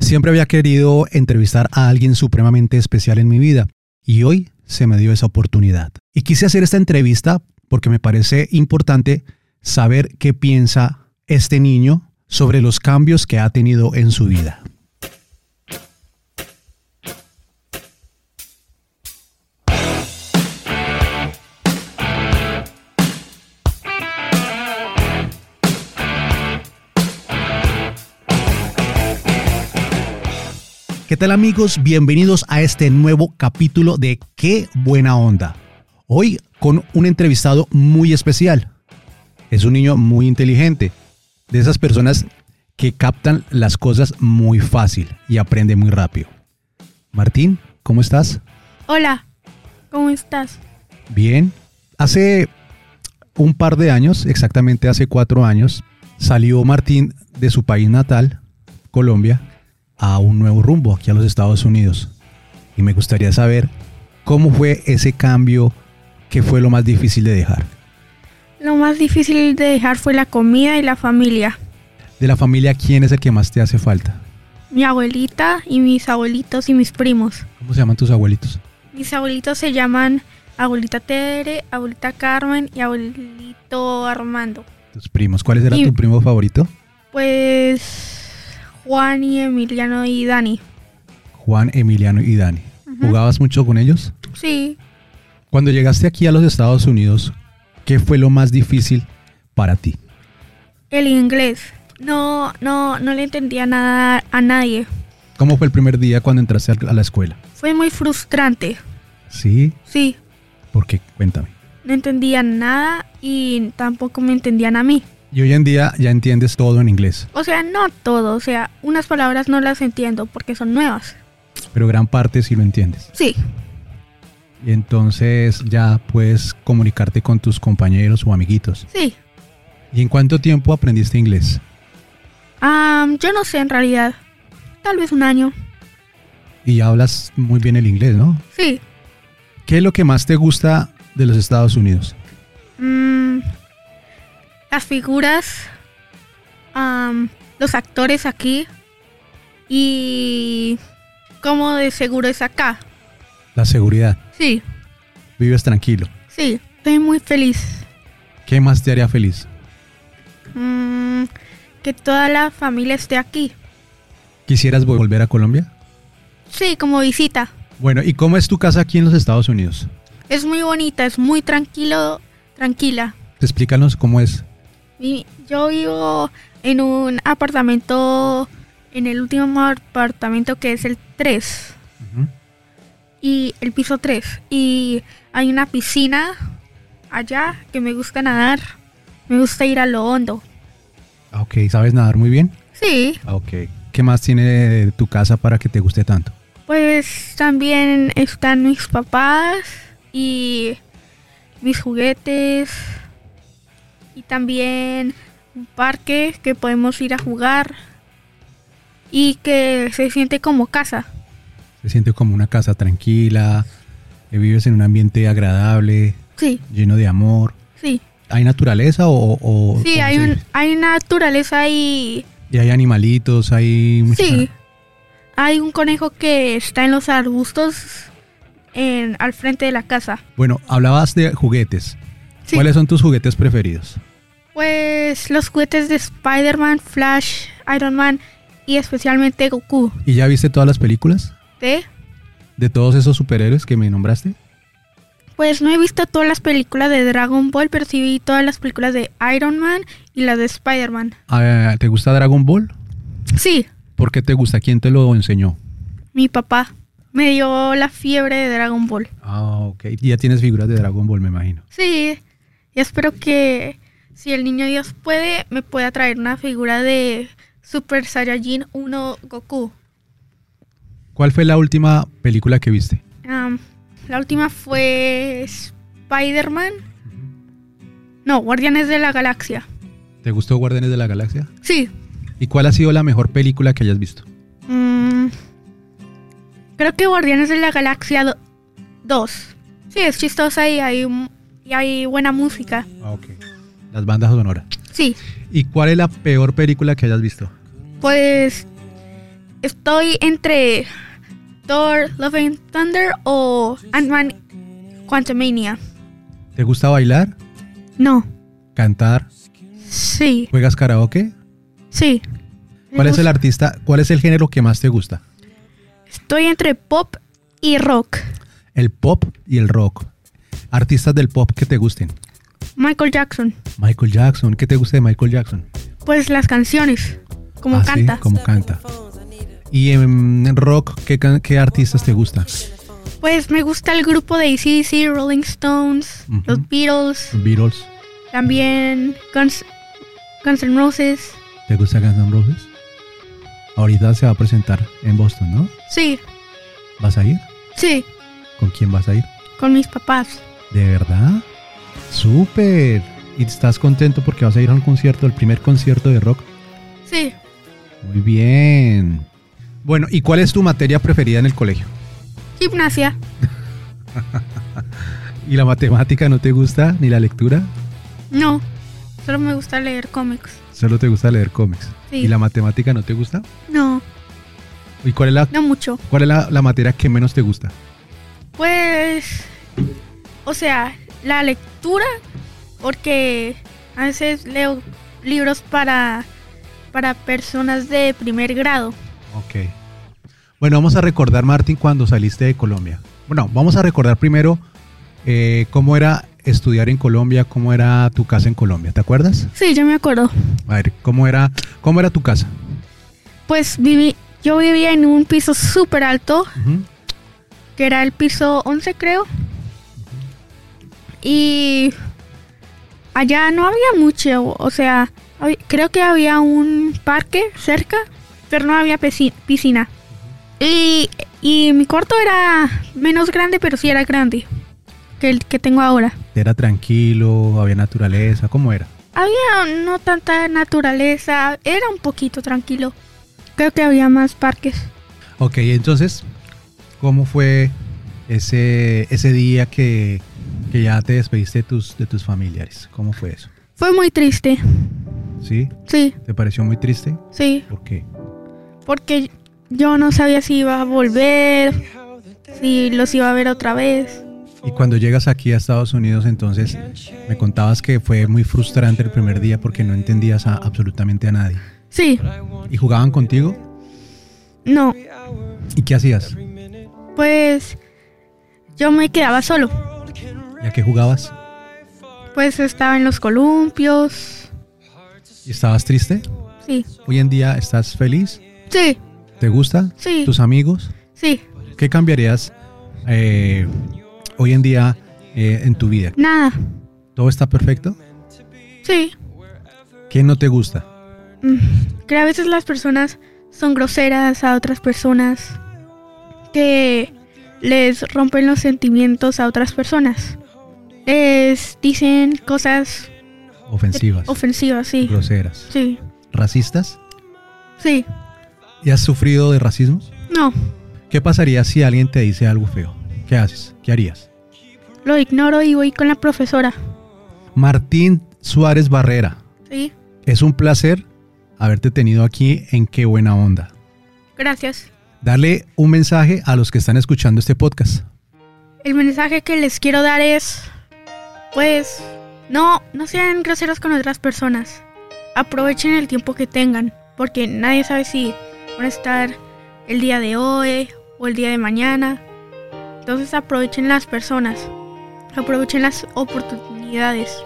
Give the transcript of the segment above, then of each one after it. Siempre había querido entrevistar a alguien supremamente especial en mi vida y hoy se me dio esa oportunidad. Y quise hacer esta entrevista porque me parece importante saber qué piensa este niño sobre los cambios que ha tenido en su vida. ¿Qué tal amigos? Bienvenidos a este nuevo capítulo de Qué buena onda. Hoy con un entrevistado muy especial. Es un niño muy inteligente, de esas personas que captan las cosas muy fácil y aprende muy rápido. Martín, ¿cómo estás? Hola, ¿cómo estás? Bien. Hace un par de años, exactamente hace cuatro años, salió Martín de su país natal, Colombia, a un nuevo rumbo aquí a los Estados Unidos. Y me gustaría saber cómo fue ese cambio, qué fue lo más difícil de dejar. Lo más difícil de dejar fue la comida y la familia. De la familia, ¿quién es el que más te hace falta? Mi abuelita y mis abuelitos y mis primos. ¿Cómo se llaman tus abuelitos? Mis abuelitos se llaman abuelita Tere, abuelita Carmen y abuelito Armando. Tus primos. ¿Cuál era Y- tu primo favorito? Pues Juan y Emiliano y Dani. Juan, Emiliano y Dani. ¿Jugabas mucho con ellos? Sí, Cuando llegaste aquí a los Estados Unidos, ¿qué fue lo más difícil para ti? el inglés. No, no, no le entendía nada a nadie. ¿Cómo fue el primer día cuando entraste a la escuela? Fue muy frustrante. Sí, Sí, porque cuéntame. no entendían nada y tampoco me entendían a mí. Y hoy en día ya entiendes todo en inglés, O sea, no todo, o sea, unas palabras no las entiendo porque son nuevas. pero gran parte sí lo entiendes. Sí, Y entonces ya puedes comunicarte con tus compañeros o amiguitos. sí. ¿Y en cuánto tiempo aprendiste inglés? Am, yo no sé en realidad. Tal vez un año. Y ya hablas muy bien el inglés, ¿no? Sí. ¿Qué es lo que más te gusta de los Estados Unidos? Mm, las figuras, am, los actores aquí y cómo de seguro es acá. La seguridad. Sí, Vives tranquilo. sí. Estoy muy feliz. ¿Qué más te haría feliz? Mm, que toda la familia esté aquí. ¿Quisieras vol- volver a Colombia? Sí, como visita. Bueno, ¿y cómo es tu casa aquí en los Estados Unidos? Es muy bonita, es muy tranquilo, tranquila. Explícanos cómo es. Y Yo vivo en un apartamento, en el último apartamento que es el 3, y el piso 3. Y hay una piscina allá que me gusta nadar, me gusta ir a lo hondo. Ah, Ok, ¿sabes nadar muy bien? Sí, Ah, Ok. ¿Qué más tiene tu casa para que te guste tanto? pues también están mis papás y mis juguetes y también un parque que podemos ir a jugar y que se siente como casa. Se siente como una casa tranquila, eh, vives en un ambiente agradable, Sí, lleno de amor. sí. ¿Hay naturaleza o...? o- Sí, o hay, se un, vive? hay naturaleza y... Y hay animalitos, hay... mucha- Sí. Hay un conejo que está en los arbustos en, al frente de la casa. Bueno, hablabas de juguetes. Sí. ¿Cuáles son tus juguetes preferidos? Pues los juguetes de Spider-Man, Flash, Iron Man y especialmente Goku. ¿Y ya viste todas las películas ¿Sí? de todos esos superhéroes que me nombraste? Pues no he visto todas las películas de Dragon Ball, pero sí vi todas las películas de Iron Man y las de Spider-Man. Ah, ¿Te gusta Dragon Ball? Sí, ¿Por qué te gusta? ¿Quién te lo enseñó? mi papá me dio la fiebre de Dragon Ball. Ah, ok. Y ya tienes figuras de Dragon Ball, me imagino. Sí, y espero que si el niño Dios puede, me pueda traer una figura de Super Saiyajin 1 Goku. ¿Cuál fue la última película que viste? Am, la última fue Spider-Man. No, Guardianes de la Galaxia. ¿Te gustó Guardianes de la Galaxia? Sí, ¿Y cuál ha sido la mejor película que hayas visto? Mm, creo que Guardianes de la Galaxia do- 2. Sí, es chistosa y hay, m- y hay buena música. Ah, ok. Las bandas sonoras. Sí, ¿Y cuál es la peor película que hayas visto? pues estoy entre Thor, Love and Thunder o Ant-Man Quantumania. ¿Te gusta bailar? No, ¿Cantar? sí, ¿Juegas karaoke? sí. ¿Cuál es el Mus- artista? ¿Cuál es el género que más te gusta? Estoy entre pop y rock. El pop y el rock. Artistas del pop que te gusten. Michael Jackson. Michael Jackson. ¿Qué te gusta de Michael Jackson? Pues las canciones, como Ah, sí, canta. como canta. ¿Y en rock qué, can- qué artistas te gusta? Pues me gusta el grupo de ACDC, Rolling Stones, Ujú. los Beatles, Beatles. también Guns, Guns N' Roses. ¿Te gusta Guns N' Roses? Ahorita se va a presentar en Boston, ¿no? Sí, ¿Vas a ir? sí, ¿Con quién vas a ir? con mis papás. ¿De verdad? ¡Súper! ¿Y estás contento porque vas a ir a un concierto, el primer concierto de rock? Sí, Muy bien. Bueno, ¿y cuál es tu materia preferida en el colegio? gimnasia. ¿Y la matemática no te gusta? ¿Ni la lectura? No, solo me gusta leer cómics. Solo te gusta leer cómics. Sí. ¿Y la matemática no te gusta? No, ¿Y cuál es la, no mucho. cuál es la, la materia que menos te gusta? Pues, o sea, la lectura, porque a veces leo libros para, para personas de primer grado. Ok. Bueno, vamos a recordar, Martín, cuando saliste de Colombia. Bueno, vamos a recordar primero eh, cómo era estudiar en Colombia, cómo era tu casa en Colombia. ¿Te acuerdas? Sí, yo me acuerdo. A ver, ¿cómo era, cómo era tu casa? Pues viví, yo vivía en un piso súper alto, que era el piso 11 creo. Y allá no había mucho, o sea, hab- creo que había un parque cerca, pero no había pisci- piscina. Y, y mi cuarto era menos grande, pero sí era grande que el que tengo ahora. ¿Era tranquilo? ¿Había naturaleza? ¿Cómo era? Había no tanta naturaleza, era un poquito tranquilo. Creo que había más parques. Ok, entonces, ¿cómo fue ese, ese día que, que ya te despediste de tus, de tus familiares? ¿Cómo fue eso? Fue muy triste, ¿Sí? sí, ¿Te pareció muy triste? sí, ¿Por qué? porque yo no sabía si iba a volver, si los iba a ver otra vez. Y cuando llegas aquí a Estados Unidos, entonces me contabas que fue muy frustrante el primer día porque no entendías a- absolutamente a nadie. Sí, ¿Y jugaban contigo? no, ¿Y qué hacías? pues yo me quedaba solo, ¿Y a qué jugabas? pues estaba en los columpios, ¿Y estabas triste? sí, ¿Hoy en día estás feliz? sí, ¿Te gusta? sí, ¿Tus amigos? sí, ¿Qué cambiarías eh, hoy en día eh, en tu vida? nada, ¿Todo está perfecto? sí. ¿Qué no te gusta? Mm, Que a veces las personas son groseras a otras personas, que les rompen los sentimientos a otras personas. Les dicen cosas Ofensivas, ofensivas, sí. groseras, Sí, racistas. sí. ¿Y has sufrido de racismo? No, ¿Qué pasaría si alguien te dice algo feo? ¿Qué haces? ¿Qué harías? lo ignoro y voy con la profesora. Martín Suárez Barrera, Sí, es un placer haberte tenido aquí en Qué Buena Onda. gracias. Darle un mensaje a los que están escuchando este podcast. El mensaje que les quiero dar es, pues, no, no sean groseros con otras personas. Aprovechen el tiempo que tengan, porque nadie sabe si van a estar el día de hoy o el día de mañana. Entonces aprovechen las personas, aprovechen las oportunidades.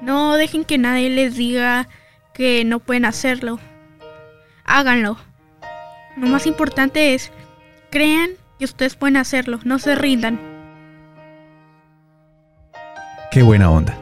No dejen que nadie les diga que no pueden hacerlo. Háganlo. Lo más importante es crean que ustedes pueden hacerlo, no se rindan. Qué buena onda.